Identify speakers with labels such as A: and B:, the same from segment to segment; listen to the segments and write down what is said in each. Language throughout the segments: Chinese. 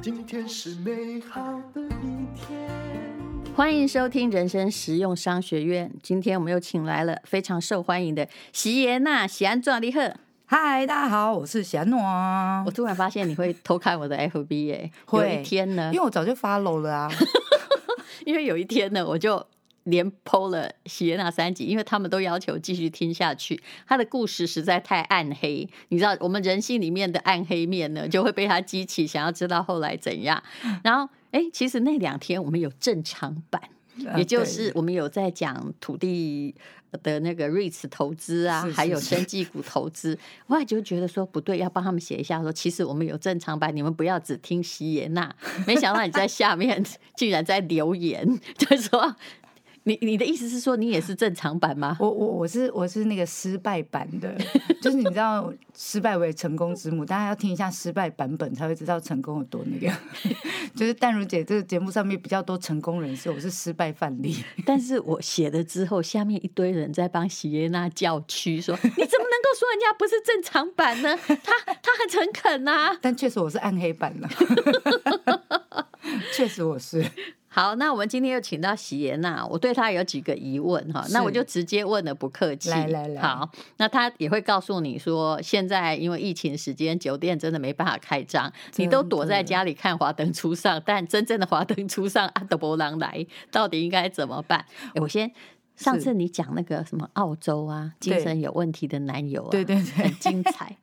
A: 今天是美好的一天。
B: 欢迎收听人生实用商学院。今天我们又请来了非常受欢迎的席耶娜·喜安壮利赫。
C: 哦嗨，大家好，我是霞诺啊
B: 我，突然发现你会偷看我的 FB 耶、有
C: 会
B: 一天呢
C: 因为，我早就 follow 了 啊。
B: 因为有一天呢，我就连 PO 了席耶娜三集，因为他们都要求继续听下去。他的故事实在太暗黑，你知道，我们人性里面的暗黑面呢，就会被他激起想要知道后来怎样。
C: 嗯
B: 然后，哎，其实那两天我们有正常版。
C: 啊
B: 也就是我们有在讲土地的那个 REITs 投资啊，
C: 是是
B: 还有
C: 是
B: 生技股投资，我也就觉得说不对，要帮他们写一下说，其实我们有正常版，你们不要只听席耶娜。没想到你在下面 竟然在留言，就说你你的意思是说你也是正常版吗？
C: 我我我是我是那个失败版的，就是你知道失败为成功之母，大家要听一下失败版本才会知道成功有多那个。 就是淡如姐这个节目上面比较多成功人士，我是失败范例。
B: 但是我写了之后，下面一堆人在帮席耶娜叫屈，说你怎么能够说人家不是正常版呢？他他很诚恳啊呐、
C: 但确实我是暗黑版 了，确实我是。
B: 好，那我们今天又请到席耶娜，我对她有几个疑问哈，
C: 是
B: 那我就直接问了，不客气。
C: 来来来
B: 好，那她也会告诉你说，现在因为疫情时间，酒店真的没办法开张，你都躲在家里看《华灯初上》，但真正的《华灯初上》啊阿德伯朗来，到底应该怎么办？诶我先。上次你讲那个什么澳洲啊，
C: 对
B: 精神有问题的男友啊，
C: 对对对
B: 很精彩。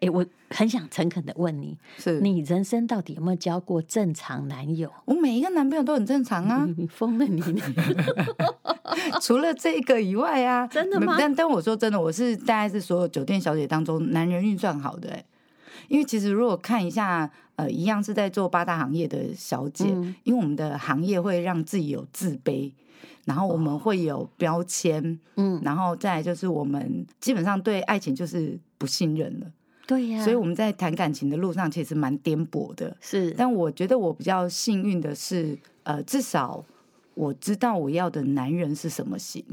B: 哎、我很想诚恳的问你，
C: 是
B: 你人生到底有没有交过正常男友？
C: 我每一个男朋友都很正常啊
B: 你，你疯了你！你
C: 除了这个以外啊，
B: 真的吗
C: 但但我说真的，我是大概是所有酒店小姐当中男人运算好的、欸，因为其实如果看一下，呃，一样是在做八大行业的小姐，
B: 嗯
C: 因为我们的行业会让自己有自卑，然后我们会有标签，
B: 嗯，
C: 然后再来就是我们基本上对爱情就是不信任了，
B: 对呀、
C: 所以我们在谈感情的路上其实蛮颠簸的。
B: 是
C: 但我觉得我比较幸运的是，呃，至少我知道我要的男人是什么型，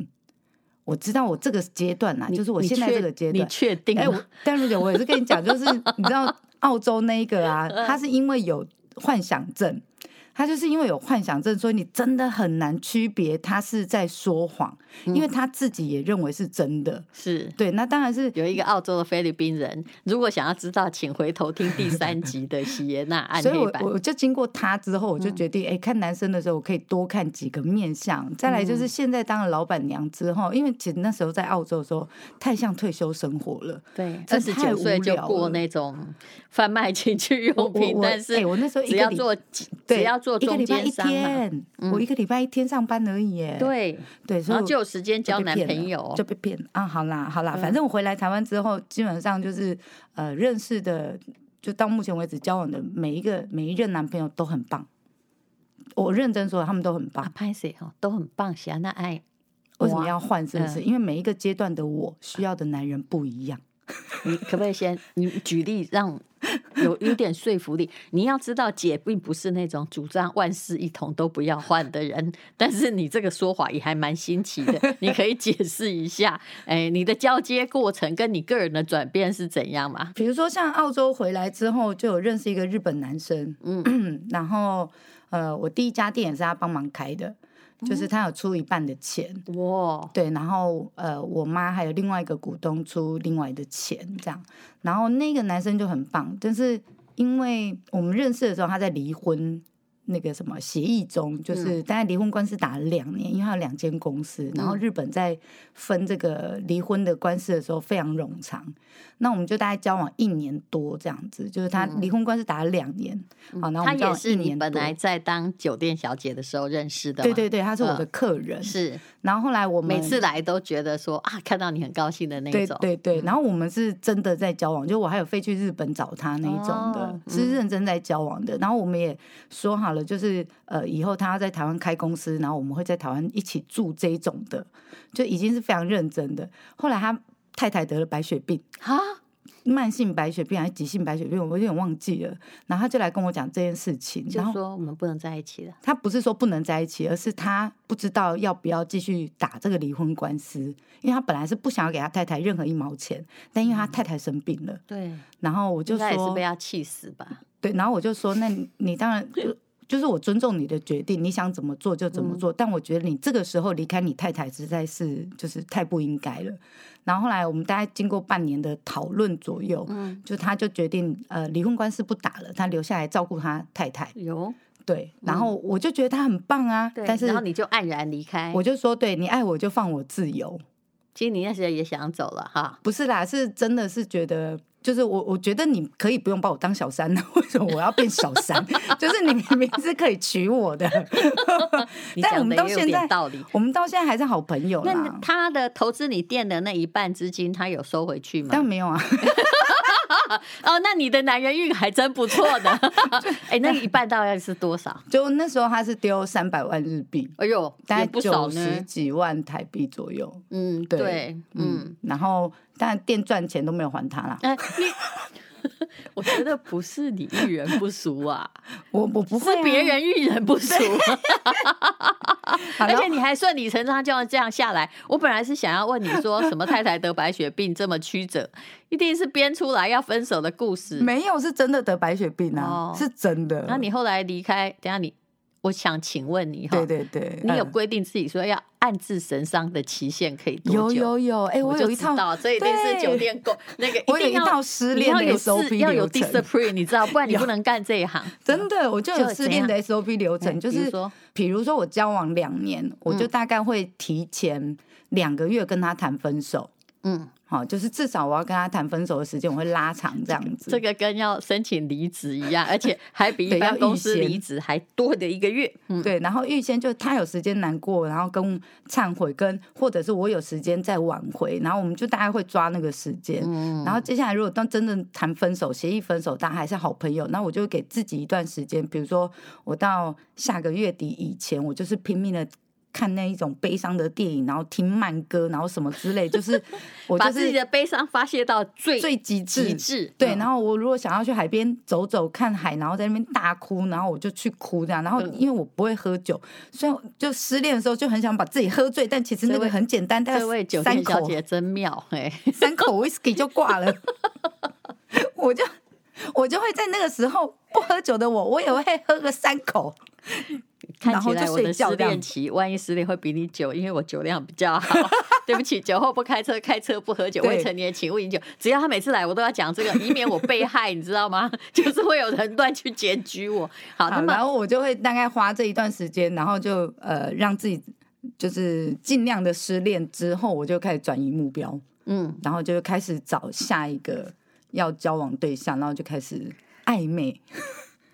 C: 我知道我这个阶段啊，
B: 你
C: 就是我
B: 你
C: 现在
B: 确
C: 这个阶段
B: 你。确定吗？
C: 哎，我但如姐，我也是跟你讲，就是 你知道澳洲那一个啊，
B: 嗯
C: 他是因为有幻想症，他就是因为有幻想症，所以你真的很难区别他是在说谎，
B: 嗯
C: 因为他自己也认为是真的。
B: 是
C: 对，那当然是
B: 有一个澳洲的菲律宾人，如果想要知道，请回头听第三集的喜耶 娜暗
C: 所以
B: 黑
C: 我
B: 版。嗯
C: 我就经过他之后，我就决定，哎、看男生的时候，我可以多看几个面相。再来
B: 嗯
C: 就是现在当了老板娘之后，因为其实那时候在澳洲的时候，太像退休生活了。
B: 对，
C: 这
B: 二十
C: 太
B: 九
C: 无
B: 岁就
C: 聊了
B: 过那种贩卖情趣
C: 我
B: 用
C: 我
B: 品，
C: 我，
B: 但是
C: 哎我那时候一
B: 只
C: 个
B: 要
C: 礼
B: 做几
C: 对
B: 只要做
C: 一个
B: 中
C: 礼拜
B: 间
C: 一
B: 商嘛，嗯
C: 天，我一个礼拜一天上班而已耶。
B: 对，
C: 对，所
B: 然
C: 以
B: 后
C: 我
B: 就有时间交男朋友，嗯
C: 就被骗了啊！好啦好啦，反正我回来台湾之后，基本上就是呃认识的，就到目前为止交往的每一个每一任男朋友都很棒。我认真说，他们都很棒
B: 啊，。拍谁哈都很棒，喜安娜爱
C: 为什么
B: 哇
C: 要换？是不是？因为每一个阶段的我需要的男人不一样。
B: 你可不可以先你举例让有有点说服力？你要知道，姐并不是那种主张万事一统都不要换的人，但是你这个说法也还蛮新奇 的，你可以解释一下，哎，你的交接过程跟你个人的转变是怎样吗？
C: 比如说，像澳洲回来之后，就有认识一个日本男生，嗯， 然后呃，我第一家店也是他帮忙开的，就是他有出一半的钱，
B: 哇，
C: 对，然后呃，我妈还有另外一个股东出另外的钱，这样。然后那个男生就很棒，但是因为我们认识的时候他在离婚那个什么协议中，
B: 嗯
C: 就是大概离婚官司打了两年，因为他有两间公司，然后日本在分这个离婚的官司的时候非常冗长。那我们就大概交往一年多这样子，就是他离婚官司打了两年，好，然后
B: 嗯
C: 我
B: 他
C: 们交
B: 也
C: 往一
B: 是你
C: 年多
B: 本。来在当酒店小姐的时候认识的，
C: 对对。对，他是我的
B: 嗯
C: 客人。
B: 是，
C: 然后后来我们
B: 每次来都觉得说啊，看到你很高兴的那
C: 对
B: 种，嗯
C: 对对，然后我们是真的在交往，就我还有飞去日本找他那一种的，
B: 哦
C: 是认真在交往的。然后我们也说好了，就是呃，以后他要在台湾开公司，然后我们会在台湾一起住这一种的，就已经是非常认真的。后来他太太得了白血病，
B: 啊，
C: 慢性白血病还是急性白血病，我有点忘记了。然后他就来跟我讲这件事情，
B: 就
C: 然后
B: 说我们不能在一起了。
C: 他不是说不能在一起，而是他不知道要不要继续打这个离婚官司，因为他本来是不想要给他太太任何一毛钱，但因为他太太生病了，
B: 对，
C: 然后我就
B: 嗯应该也是
C: 说
B: 被，他气死吧？
C: 对，然后我就说，那你你当然就就是我尊重你的决定，你想怎么做就怎
B: 嗯
C: 么做，但我觉得你这个时候离开你太太实在是就是太不应该了。然后后来我们大概经过半年的讨论左右，
B: 嗯，
C: 就他就决定呃离婚官司不打了，他留下来照顾他太太。
B: 有
C: 对，然后我就觉得他很棒啊，
B: 嗯对，
C: 但是
B: 然后你就黯然离开。
C: 我就说，对你爱我就放我自由，
B: 其实你那时候也想走了哈，
C: 不是啦，是真的是觉得。就是我，我觉得你可以不用把我当小三， 为什么我要变小三？ 就是你明明是可以娶我的，
B: 你
C: 但我
B: 讲
C: 们
B: 的
C: 到
B: 也有
C: 现在
B: 点道理。
C: 我们到现在还是好朋友
B: 那
C: 啦。
B: 他的投资你店的那一半资金，他有收回去吗
C: 但？没有啊，
B: 哦，那你的男人运还真不错 呢。哎，那一半大概是多少？
C: 就那时候他是丢三百万日币，
B: 哎呦，
C: 大
B: 也
C: 概
B: 不少
C: 九十
B: 呢。
C: 几万台币左右。
B: 嗯，
C: 对
B: 对，嗯，
C: 嗯，然后但店赚钱都没有还他啦。
B: 哎，你， 我觉得不是你遇人不淑啊，
C: 我我不会、啊、
B: 是别人遇人不淑，啊
C: 啊好
B: 而
C: 了
B: 且你还顺理成章就要这样下来。我本来是想要问你说，什么太太得白血病这么曲折，一定是编出来要分手的故事。
C: 没有是真的得白血病啊，
B: 哦
C: 是真的。
B: 那你后来离开，等一下你，我想请问你哈，
C: 对对对，
B: 你有
C: 嗯
B: 规定自己说要暗自神伤的期限可以多
C: 有
B: 久？
C: 有有，哎、
B: 我
C: 我
B: 就
C: 有一
B: 知
C: 套，
B: 道这一定是
C: 对
B: 酒店购那个，
C: 我有
B: 定
C: 一
B: 要
C: 套失
B: 你
C: 恋
B: 要
C: 的
B: 有
C: SOP
B: 事要有
C: 流程
B: discipline，你知道， 不然你
C: 有
B: 不能干这一行。
C: 真的，我就
B: 就
C: 有
B: 怎
C: 失恋的 SOP 流
B: 哎
C: 程，就
B: 比如
C: 是
B: 说嗯
C: 比如说我交往两年，我就大概会提前两个月跟他谈分手。
B: 嗯，
C: 好、就是至少我要跟他谈分手的时间，我会拉长这样子。
B: 这个跟要申请离职一样，而且还比一
C: 对
B: 般
C: 要预
B: 公司
C: 先
B: 离职还多的一个月。嗯，
C: 对，然后预先就他有时间难过，然后跟我忏悔，跟或者是我有时间再挽回，然后我们就大概会抓那个时间。
B: 嗯
C: 然后接下来如果当真正谈分手、协议分手，大家还是好朋友，那我就给自己一段时间，比如说我到下个月底以前，我就是拼命的。看那一种悲伤的电影，然后听慢歌，然后什么之类，就是 我
B: 把
C: 就
B: 自己
C: 是
B: 的悲伤发泄到最
C: 最极致
B: 极，致。
C: 对，
B: 嗯
C: 然后我如果想要去海边走走看海，然后在那边大哭，然后我就去哭这样。然后
B: 嗯
C: 因为我不会喝酒，虽然就失恋的时候就很想把自己喝醉，但其实那
B: 这位
C: 个很简单，大
B: 这位
C: 概
B: 酒
C: 三
B: 店小
C: 口
B: 姐真妙，哎，
C: 三口 whisky 就 挂了。我就我就会在那个时候不喝酒的我，我也会喝个三口。
B: 看
C: 然
B: 起
C: 后
B: 来
C: 就
B: 我的
C: 睡
B: 失
C: 觉这样
B: 恋期，万一失恋会比你久，因为我酒量比较好。 对不起，酒后不开车，开车不喝酒。
C: 对
B: 未成年请勿饮酒。只要他每次来，我都要讲这个，以免我被害，你知道吗？ 就是会有人乱去检举我。好，那
C: 好，然
B: 么
C: 后我就会大概花这一段时间，然后就呃让自己就是尽量的失恋之后，我就开始转移目标。
B: 嗯，
C: 然后就开始找下一个要交往对象，然后就开始暧昧。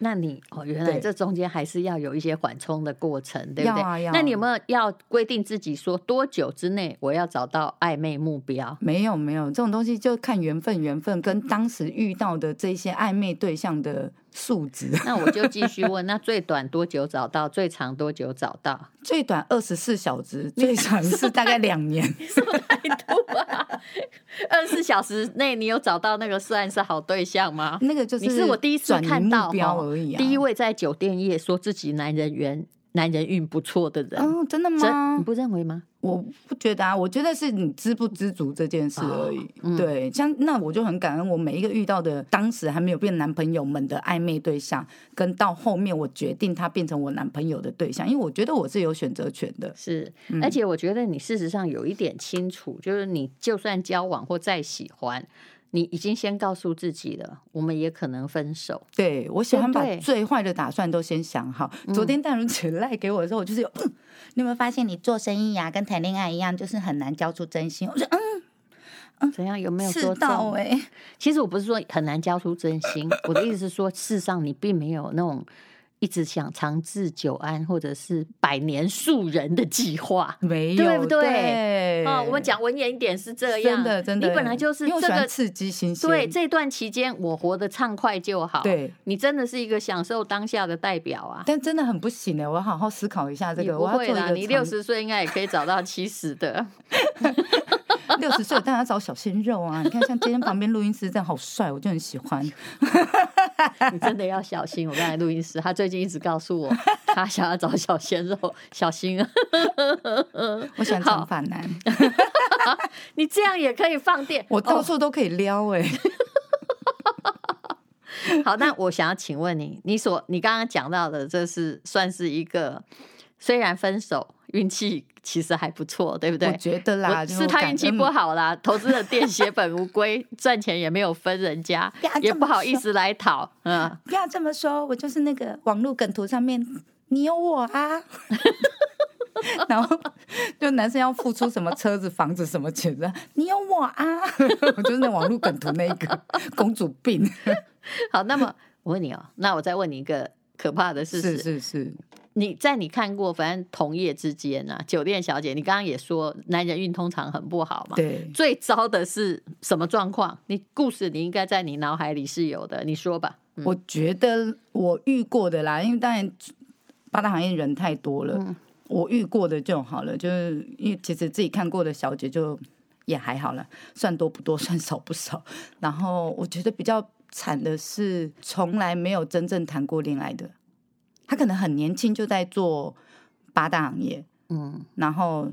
B: 那你哦，原来
C: 对
B: 这中间还是要有一些缓冲的过程，对不
C: 要
B: 对？
C: 啊要
B: 那你有没有要规定自己说多久之内我要找到暧昧目标？
C: 没有没有，这种东西就看缘分，缘分跟当时遇到的这些暧昧对象的素质。
B: 那我就继续问，那最短多久找到？最长多久找到？
C: 最短二十四小时，最长是大概 两年。
B: 二十四小时内你有找到那个算是好对象 吗？
C: 那个就是
B: 你是我第一次
C: 转移
B: 看到
C: 目标
B: 哦
C: 而已、啊。
B: 第一位在酒店业说自己男人缘、男人运不错的人，
C: 哦，真的
B: 真你
C: 吗？
B: 不认为吗？
C: 我不觉得啊，我觉得是你知不知足这件事而已。
B: 哦嗯
C: 对，像那我就很感恩，我每一个遇到的当时还没有变男朋友们的暧昧对象，跟到后面我决定他变成我男朋友的对象，因为我觉得我是有选择权的。
B: 是，而且我觉得你事实上有一点清楚，就是你就算交往或再喜欢，你已经先告诉自己了，我们也可能分手。
C: 对我喜欢把
B: 对嗯
C: 最坏的打算都先想好。昨天淡如姐 赖给我的时候，我就是有，嗯，你有没有发现你做生意呀、啊跟谈恋爱一样，就是很难交出真心？我说嗯，
B: 怎样？有没有
C: 是
B: 说
C: 到
B: 中？
C: 哎、
B: 其实我不是说很难交出真心，我的意思是说，世上你并没有那种一直想长治久安或者是百年树人的计划。
C: 没有
B: 对不对
C: 对
B: 哦，我们讲文言一点是这样，
C: 真的真的，
B: 你本来就是
C: 因为我
B: 这
C: 喜欢
B: 个
C: 刺激新鲜，
B: 对这段期间我活得畅快就好。，
C: 对。
B: 你真的是一个享受当下的代表啊。
C: 但真的很不行欸呢，我要好好思考一下这
B: 你
C: 个。
B: 不
C: 我要
B: 会
C: 做一
B: 啦，
C: 个
B: 你
C: 长
B: 六，十岁应该也可以找到七十的。
C: 六十岁，我当然要找小鲜肉啊！你看，像今天旁边录音师这样好帅，我就很喜欢。
B: 你真的要小心。我刚才录音师他最近一直告诉我，他想要找小鲜肉，小心啊！
C: 我喜欢长发男，
B: 你这样也可以放电。
C: 我到
B: 哦
C: 处都可以撩哎、
B: 好，那我想要请问你，你所你刚刚讲到的，这是算是一个虽然分手运气其实还不错，对不对
C: 我？觉得啦，
B: 我
C: 就是
B: 他
C: 感嗯
B: 运气
C: 恩
B: 不好啦，投资的店血本无归，赚钱也没有分人家
C: 呀，
B: 也
C: 这么
B: 不好意思来讨， 嗯，
C: 不要这么说，我就是那个网络梗图上面你有我啊。 然后就男生要付出什么车子、房子什么钱的，你有我啊！ 我就是那网络梗图那一个公主病，
B: 好，那么我问你哦，那我再问你一个可怕的事
C: 是
B: 实，
C: 是是，
B: 你在你看过，反正同业之间啊，酒店小姐，你刚刚也说男人运通常很不好嘛，
C: 对。
B: 最糟的是什么状况？你故事你应该在你脑海里是有的，你说吧。嗯
C: 我觉得我遇过的啦，因为当然八大行业人太多了，
B: 嗯
C: 我遇过的就好了，就是因为其实自己看过的小姐就也还好了，算多不多，算少不少。然后我觉得比较惨的是，从来没有真正谈过恋爱的，她可能很年轻就在做八大行业，
B: 嗯，
C: 然后。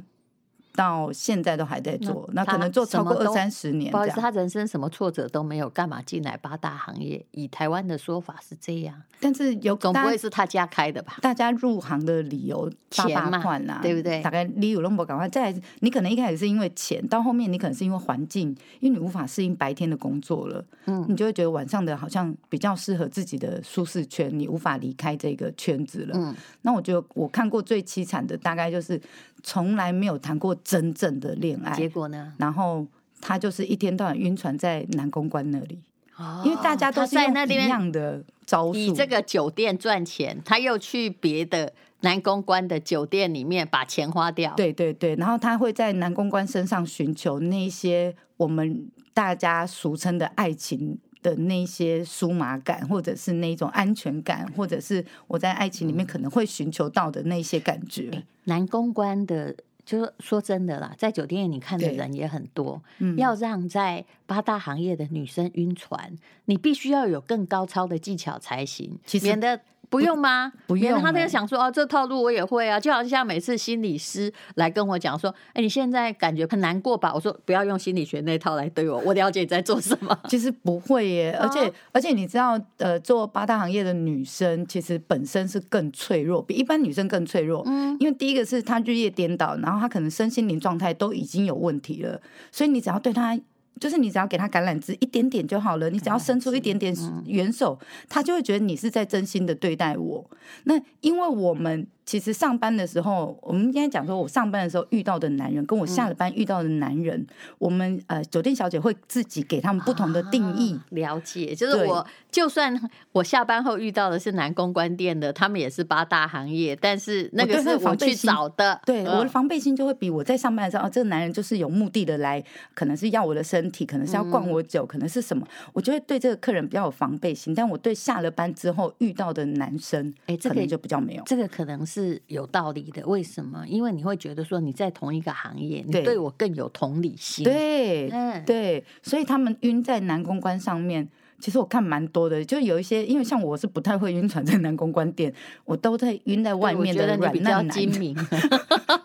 C: 到现在都还在做，
B: 那
C: 那
B: 她
C: 可能做超过
B: 什么
C: 二
B: 都
C: 三十年
B: 不
C: 这
B: 好意思，
C: 样。
B: 他人生什么挫折都没有，干嘛进来八大行业？以台湾的说法是这样，
C: 但是有
B: 总不
C: 大家
B: 会是他家开的吧？
C: 大家入行的理由八
B: 钱嘛
C: 大换啦、
B: 对不对
C: 大概理由那么赶快，再来你可能一开始是因为钱，到后面你可能是因为环境，因为你无法适应白天的工作了，
B: 嗯
C: 你就会觉得晚上的好像比较适合自己的舒适圈，你无法离开这个圈子了。
B: 嗯，
C: 那我觉得我看过最凄惨的，大概就是从来没有谈过真正的恋
B: 结
C: 爱，
B: 果呢？
C: 然后他就是一天到晚晕船在南公关那里，
B: 哦
C: 因为大家都
B: 他
C: 是
B: 在那
C: 用一
B: 边
C: 样的招
B: 以
C: 数，
B: 这个酒店赚钱，他又去别的南公关的酒店里面把钱花掉。，
C: 对对对，然后他会在男公关身上寻求那一些我们大家俗称的爱情的那一些酥麻感，或者是那一种安全感，或者是我在爱情里
B: 嗯
C: 面可能会寻求到的那一些感觉。
B: 南公关的，就是说真的啦，在酒店你看的
C: 对
B: 人也很多，
C: 嗯，
B: 要让在八大行业的女生晕船，你必须要有更高超的技巧才行，
C: 其实
B: 免得。不用吗？
C: 不
B: 免得
C: 用
B: 他
C: 欸
B: 就想说哦，这套路我也会啊，就好像每次心理师来跟我讲说，哎，你现在感觉很难过吧？我说不要用心理学那套来对我，我了解你在做什么。
C: 其实不会耶，而
B: 哦
C: 且、而且你知道，呃，做八大行业的女生其实本身是更脆弱，比一般女生更脆弱。
B: 嗯，
C: 因为第一个是她日夜颠倒，然后她可能身心灵状态都已经有问题了，所以你只要对她。就是你只要给她橄榄枝一点点就好了，你只要伸出一点点
B: 嗯
C: 援手，她就会觉得你是在真心的对待我。那因为我们其实上班的时候，我们应该讲说，我上班的时候遇到的男人，跟
B: 嗯
C: 我下了班遇到的男人，我们呃酒店小姐会自己给他们不同的 定义。
B: 啊了解，就是
C: 对
B: 我就算我下班后遇到的是南公关店的，他们也是八大行业，但是那
C: 我
B: 个
C: 对
B: 是
C: 他的
B: 我
C: 防备
B: 去
C: 心
B: 找的。
C: 对，
B: 嗯
C: 我的防备心就会比我在上班的时候，哦，这个男人就是有目的的来，可能是要我的身体，可能是要灌
B: 嗯
C: 我酒，可能是什么，我就会对这个客人比较有防备心。但我对下了班之后遇到的男生，
B: 哎这个
C: 可能就比较没有。
B: 这个可能是有道理的。为什么？因为你会觉得说你在同一个行业，你
C: 对
B: 对我更有同理心。，
C: 对，
B: 嗯，
C: 对，所以他们晕在男公关上面，其实我看蛮多的，就有一些，因为像我是不太会晕船在男公关店，我都在晕在
B: 对
C: 外
B: 我
C: 面
B: 觉
C: 的
B: 得你
C: 软
B: 比较
C: 烂男，
B: 精明。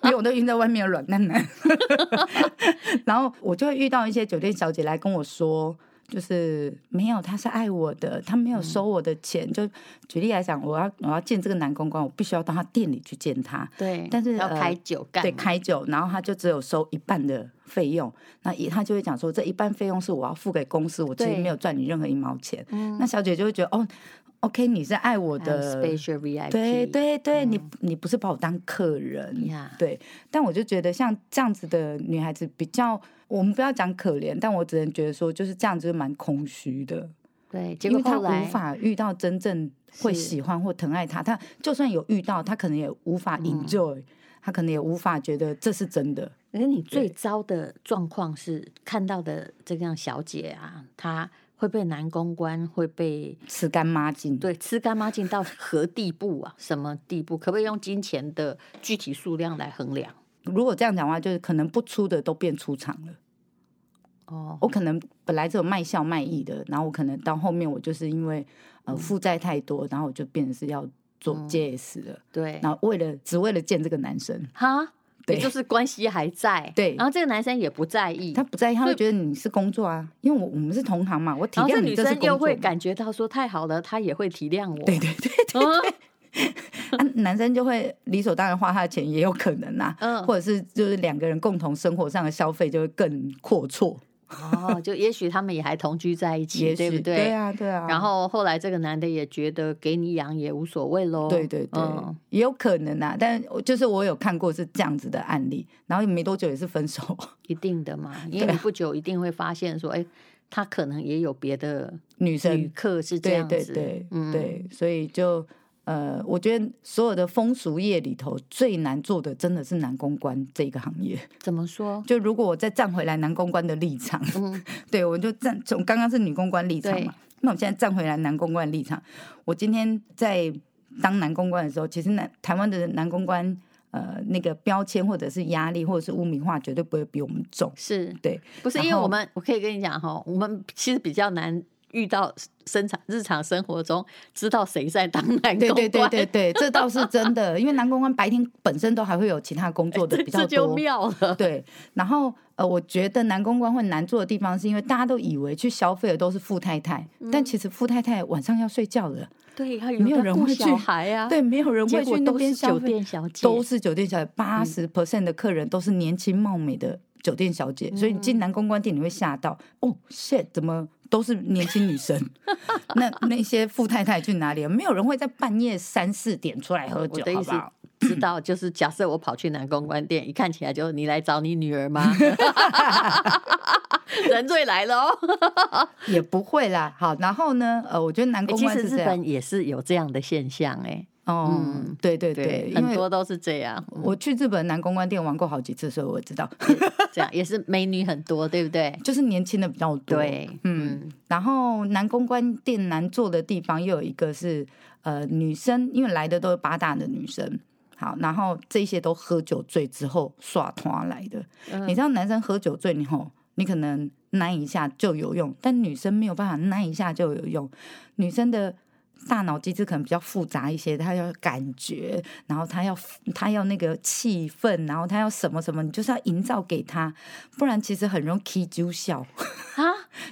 C: 因为我都晕在外面的软烂男。 然后我就会遇到一些酒店小姐来跟我说。就是没有，他是爱我的，他没有
B: 嗯
C: 收我的钱。就举例来讲，我要我要见这个男公关，我必须要到他店里去见他。
B: 对，
C: 但是
B: 要
C: 呃
B: 开酒干
C: 对，
B: 嘛，
C: 开酒，然后他就只有收一半的费用，那也他就会讲说，这一半费用是我要付给公司，我其实
B: 对
C: 没有赚你任何一毛钱。
B: 嗯
C: 那小姐就会觉得，哦，OK，你是爱我
B: 还有
C: 的，嗯
B: special VIP，
C: 对对对，你你不是把我当客人
B: 呀
C: 对。但我就觉得像这样子的女孩子比较，我们不要讲可怜，但我只能觉得说，就是这样子就蛮空虚的。
B: 对，结
C: 因
B: 果
C: 为他
B: 后来
C: 无法遇到真正会
B: 是
C: 喜欢或疼爱他，他就算有遇到，他可能也无法
B: 嗯
C: enjoy，、他可能也无法觉得这是真的。
B: 可是你最
C: 对
B: 糟的状况是看到的这样小姐啊，她会被男公关会被
C: 吃干抹净，
B: 对吃干抹净到何地步啊？什么地步？可不可以用金钱的具体数量来衡量？
C: 如果这样讲的话，就是可能不出的都变出场了。
B: 哦，
C: 我可能本来只有卖笑卖艺的，然后我可能到后面我就是因为呃负债太多，然后我就变成是要做
B: 嗯
C: JS 了，
B: 对，
C: 然后为了只为了见这个男生，
B: 哈，
C: 对
B: 也就是关系还在，
C: 对
B: 然后这个男生也不在意，
C: 他不在意，他
B: 所
C: 会
B: 以
C: 觉得你是工作啊，因为我我们是同行嘛，我体
B: 然后
C: 谅
B: 这
C: 你
B: 女
C: 这是
B: 生
C: 工作
B: 又会
C: 嘛
B: 感觉到说太好了，他也会体谅我，
C: 对对对，
B: 嗯
C: 啊男生就会理所当然花他的钱，也有可能啊。
B: 嗯，
C: 或者是就是两个人共同生活上的消费就会更阔绰，
B: 哦，就也许他们也还同居在一起，
C: 也
B: 对
C: 许
B: 不对？
C: 对啊，对啊。
B: 然后后来这个男的也觉得给你养也无所谓喽，
C: 对对对，
B: 嗯
C: 也有可能啊，但我就是我有看过是这样子的案例，然后没多久也是分手，
B: 一定的嘛，因为
C: 对啊
B: 你不久一定会发现说，哎，他可能也有别的
C: 女生
B: 旅客是这
C: 对
B: 样
C: 对
B: 子，
C: 对、
B: 嗯，
C: 对，所以就呃，我觉得所有的风俗业里头最难做的真的是男公关这个行业。
B: 怎么说？
C: 就如果我再站回来男公关的立场，
B: 嗯，
C: 对我就站从刚刚是女公关立场
B: 对
C: 嘛，那我现在站回来男公关立场，我今天在当男公关的时候，其实男台湾的男公关。呃，那个标签或者是压力或者是污名化，绝对不会比我们重。
B: 是
C: 对，
B: 不是
C: 然
B: 因为我
C: 后
B: 们，我可以跟你讲哈，我们其实比较难遇到生产日常生活中知道谁在当男公
C: 对
B: 关，
C: 对对 对对，这倒是真的，因为男公关白天本身都还会有其他工 作的比较
B: 这就
C: 多。
B: 妙了。
C: 对，然后呃，我觉得男公关会难做的地方，是因为大家都以为去消费的都是富太太，
B: 嗯
C: 但其实富太太晚上要睡觉了，
B: 对，还
C: 没有
B: 的
C: 人
B: 顾
C: 会
B: 小
C: 去
B: 孩啊，
C: 对，没有人
B: 结
C: 会
B: 果
C: 去那
B: 都
C: 边
B: 是
C: 消
B: 酒
C: 费，
B: 店小姐，嗯
C: 都是酒店小姐，八十 percent 的客人都是年轻貌美的酒店小姐，所以你
B: 嗯
C: 进男公关店你会吓到，哦，shit，怎么都是年轻女生？ 那那些富太太去哪里了？没有人会在半夜三四点出来喝
B: 我
C: 酒，
B: 的
C: 好
B: 意
C: 不
B: 思
C: 好？
B: 知道，就是假设我跑去男公关店，一看起来就是你来找你女儿吗？ 人最来了 哦、
C: 也不会啦。好，然后呢？呃，我觉得男
B: 欸
C: 公
B: 其
C: 关
B: 实
C: 是
B: 日
C: 这样，
B: 本也是有这样的现象哎、
C: 哦、
B: 嗯
C: 对对对，因
B: 很
C: 为
B: 多都是这样，
C: 我去日本男公关店玩过好几次，所以我知道，
B: 这样也是美女很多，对不对？
C: 就是年轻的比较多。
B: 对，
C: 嗯，
B: 嗯，
C: 然后男公关店难做的地方又有一个是，呃，女生因为来的都是八大的女生，好，然后这些都喝酒醉之后耍团来的。
B: 嗯
C: 你知道男生喝酒醉，你吼，你可能耐一下就有用，但女生没有办法耐一下就有用，女生的。大脑机制可能比较复杂一些，她要感觉，然后她要她要那个气氛，然后她要什么什么，你就是要营造给她，不然其实很容易 K 揪笑。
B: 啊，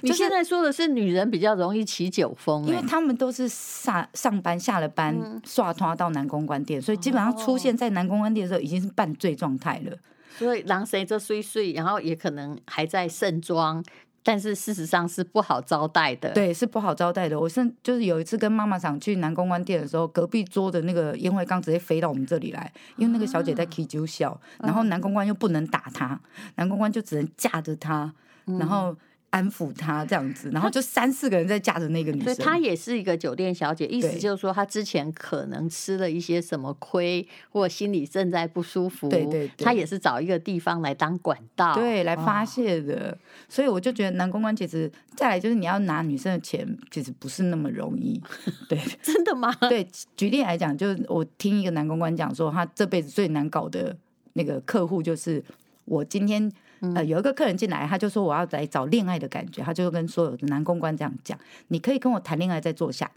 B: 你
C: 就是
B: 现在说的是女人比较容易起酒疯、
C: 因为
B: 哎
C: 他们都是下上班下了班
B: 嗯哦
C: 刷拖到南公关店，所以基本上出现在南公关店的时候已经是半醉状态了。
B: 所以狼谁这碎碎，然后也可能还在盛装，但是事实上是不好招待的。，
C: 对，是不好招待的。我甚就是有一次跟妈妈想去南公关店的时候，隔壁桌的那个烟灰缸直接飞到我们这里来，因为那个小姐在 K 酒笑，
B: 啊
C: 然后南公关又不能打她，南公关就只能架着她，
B: 嗯
C: 然后安抚她这样子，然后就三四个人在架着那个女
B: 所
C: 生
B: 以。她也是一个酒店小姐，意思
C: 对
B: 就是说她之前可能吃了一些什么亏，或心里正在不舒服，
C: 对对对
B: 她也是找一个地方来当管道，
C: 对，来发
B: 哦
C: 泄的。所以我就觉得男公关其实再来就是你要拿女生的钱，其实不是那么容易。 对
B: 真的吗？
C: 对，举例来讲，就是我听一个男公关讲说，他这辈子最难搞的那个客户就是我今天。
B: 嗯
C: 呃，有一个客人进来，他就说我要来找恋爱的感觉，他就跟所有的男公关这样讲：你可以跟我谈恋爱再坐下，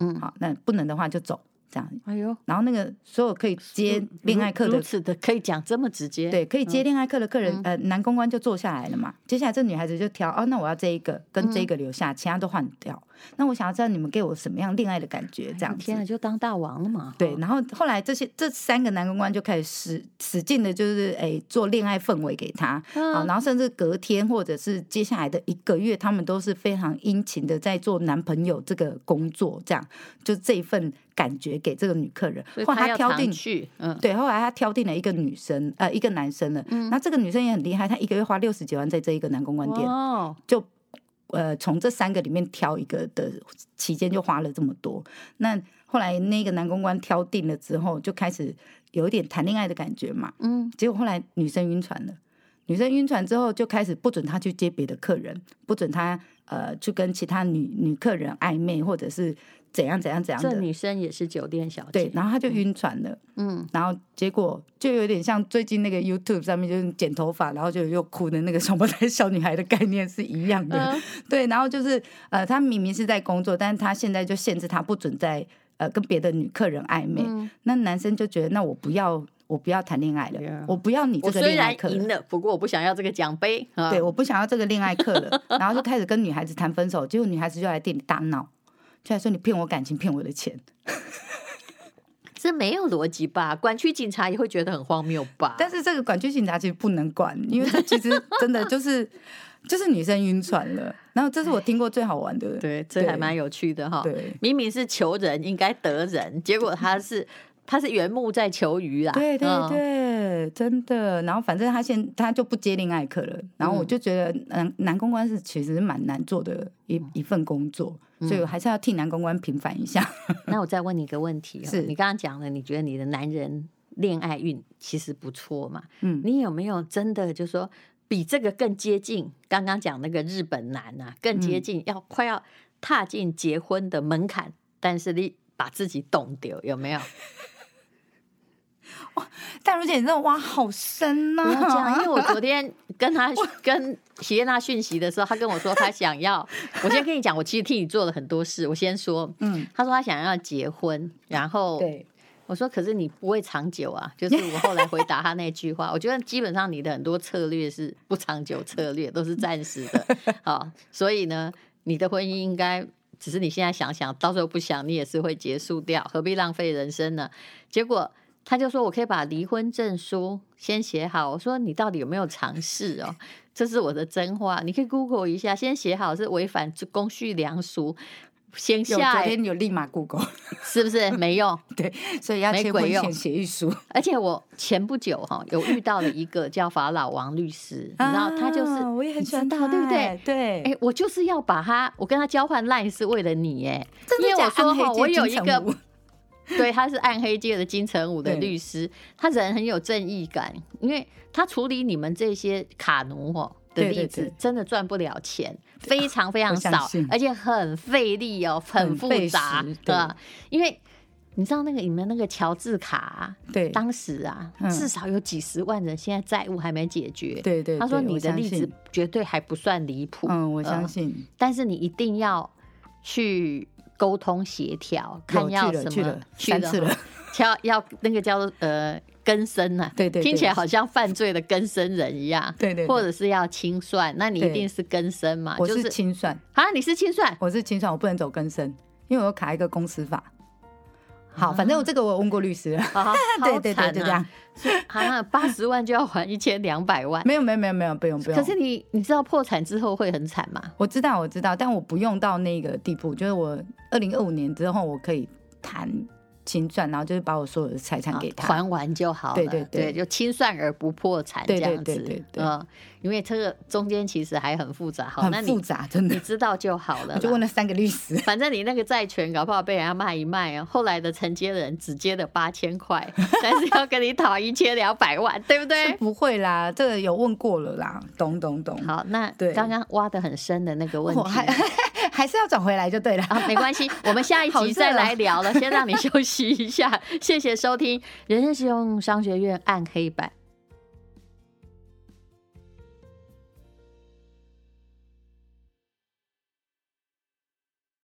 B: 嗯
C: 好，那不能的话就走，这样。
B: 哎呦，
C: 然后那个所有可以接
B: 如
C: 恋爱课的
B: 如此的可以讲这么直接，
C: 对，可以接恋爱课的客
B: 嗯
C: 人，呃，男公关就坐下来了嘛。接下来这女孩子就挑，哦，那我要这一个，跟
B: 嗯
C: 这一个留下，其他都换掉。那我想要知道你们给我什么样恋爱的感觉，
B: 哎呦，
C: 这样
B: 天啊，
C: 子。
B: 就当大王了嘛，
C: 对，
B: 哦，
C: 然后后来这些这三个男公关就开始使使劲的，就是哎做恋爱氛围给他
B: 嗯
C: 啊，然后甚至隔天或者是接下来的一个月，他们都是非常殷勤的在做男朋友这个工作，这样就这一份感觉给这个女客人
B: 所以。
C: 后来
B: 她要
C: 他挑
B: 常
C: 定
B: 去，嗯，
C: 对，后来他挑定了一个女生，呃，一个男生了。那这个女生也很厉害，她一个月花六十几万在这一个男公关店，
B: 哦，
C: 就呃从这三个里面挑一个的期间就花了这么多。那后来那个男公关挑定了之后，就开始有一点谈恋爱的感觉嘛。
B: 嗯，
C: 结果后来女生晕船了，女生晕船之后就开始不准她去接别的客人，不准她呃去跟其他女女客人暧昧，或者是怎样怎样怎样
B: 这
C: 的。
B: 女生也是酒店小
C: 对
B: 姐，，
C: 然后他就晕船了，
B: 嗯，
C: 然后结果就有点像最近那个 YouTube 上面就是剪头发，然后就又哭的那个双胞胎小女孩的概念是一样的。
B: 呃
C: 对，然后就是呃，他明明是在工作，但是他现在就限制他不准再呃跟别的女客人暧昧。
B: 嗯
C: 那男生就觉得，那我不要，我不要谈恋爱了
B: Yeah
C: 我不要你这
B: 我
C: 个
B: 虽
C: 恋爱
B: 然
C: 课
B: 赢
C: 了。
B: 了，不过我不想要这个奖杯啊。
C: 对，我不想要这个恋爱课了， 然后就开始跟女孩子谈分手，结果女孩子就来店里大闹，就来说你骗我感情，骗我的钱。
B: 这没有逻辑吧？管区警察也会觉得很荒谬吧？
C: 但是这个管区警察其实不能管，因为这其实真的就是 就是女生晕船了。然后这是我听过最好玩的，
B: 对，这还蛮有趣的哈。
C: 对
B: 明明是求人应该得人，结果他是他是缘木在求鱼啦。
C: 对对
B: 嗯
C: 对，真的。然后反正他现他就不接恋爱课了。然后我
B: 嗯
C: 就觉得男男公关是其实蛮难做的一
B: 嗯
C: 一份工作，所以我还是要替男公关平反一下。
B: 那我再问你一个问题、哦，
C: 是
B: 你刚刚讲了，你觉得你的男人恋爱运其实不错嘛？
C: 嗯
B: 你有没有真的就说比这个更接近？刚刚讲那个日本男啊，更接近，要快要踏进结婚的门槛，但是你把自己冻掉，有 没有？
C: 大如姐，你真的挖好深啊呐、
B: 不要这样，因为我昨天跟他跟许燕娜讯息的时候，他跟我说他想要，我先跟你讲，我其实替你做了很多事。我先说，
C: 嗯，
B: 他说他想要结婚，然后
C: 对，
B: 我说可是你不会长久啊， 就是我后来回答他那句话，我 觉得基本上你的很多策略是不长久策略，都是暂时的， 好、所以呢，你的婚姻应该。只是你现在想想，到时候不想，你也是会结束掉，何必浪费人生呢？结果他就说：“我可以把离婚证书先写好。”我说：“你到底有没有尝试哦？这是我的真话，你可以 Google 一下，先写好是违反公序良俗，先
C: 有
B: 下
C: 昨
B: 来
C: 天有立马 Google，
B: 是不是没用？
C: 所以要
B: 没
C: 签
B: 鬼
C: 婚
B: 用
C: 前协议 书。
B: 而且我前不久哈、有遇到了一个叫法老王律师，你知道他就是，
C: 啊我也很
B: 你
C: 喜欢
B: 知
C: 他
B: 道对不对？？
C: 对，
B: 哎、我就是要把他，我跟他交换赖是为了你哎，
C: 真的哦
B: 因为我
C: 假
B: 说
C: 暗黑
B: 哈，
C: 界
B: 我有
C: 金
B: 一
C: 城
B: 个
C: 武
B: 对，他是暗黑界的金城武的
C: 对
B: 律师，他人很有正义感，因为他处理你们这些卡奴哦的
C: 对对
B: 例子，
C: 对
B: 真的赚不了钱，非常非常
C: 我相
B: 少
C: 信，
B: 而且很费力哦，很
C: 很
B: 复
C: 费
B: 杂
C: 时
B: 对吧？因为你知道那个你们那个乔治卡啊、
C: 对
B: 当时啊，
C: 嗯
B: 至少有几十万人现在债务还没解决。
C: 对对，
B: 他说
C: 对
B: 你
C: 我
B: 的
C: 相
B: 例子
C: 信
B: 绝对还不算离谱。
C: 嗯，我相
B: 呃
C: 信
B: 但是你一定要去沟通协调，看
C: 有
B: 要
C: 去了
B: 什么
C: 去了
B: 去
C: 三次
B: 哈
C: 了，
B: 要要那个叫做呃根生啊，
C: 对对
B: 听起
C: 对
B: 来好像犯罪的根生人一样，
C: 对对对
B: 或者是要清算，那你一
C: 对
B: 定是根生嘛，
C: 我
B: 就是
C: 清算。
B: 啊，你是清算，
C: 我是清算，我不能走更深，因为我有卡一个公司法。好，反正我这个我有问过律师 了。
B: 啊，
C: 对对对，就
B: 对
C: 这样。
B: 啊，八十万就要还一千两百万，
C: 没有没有没有没有，不用不用。
B: 可是你你知道破产之后会很惨吗？
C: 我知道我知道，但我不用到那个地步，就是我二零二五年之后我可以谈清算，然后就是把我所有的财产给
B: 啊
C: 他。
B: 还完就好了。
C: 对对对
B: 就清算而不破产这
C: 对
B: 样
C: 对
B: 子。
C: 对对对
B: 嗯，因为这个中间其实还很复杂。好，那
C: 很复
B: 你
C: 杂，真
B: 你
C: 的。
B: 知道就好了
C: 我就
B: 啦。
C: 问了三个律师，
B: 反正你那个债权搞不好被人家卖一卖啊，后来的承接人只接了八千块， 但是要跟你讨一千两百万，对不
C: 是
B: 对？
C: 不会啦，这个有问过了啦，懂懂懂。
B: 好，那
C: 对
B: 刚刚挖的很深的那个问
C: 我
B: 题
C: 还 还是要转回来就对了。
B: 啊，没关 系，我们下一
C: 好
B: 集
C: 热
B: 再
C: 啊
B: 来聊了，先让你休息一下，谢谢收听《人生实用商学院暗黑版》，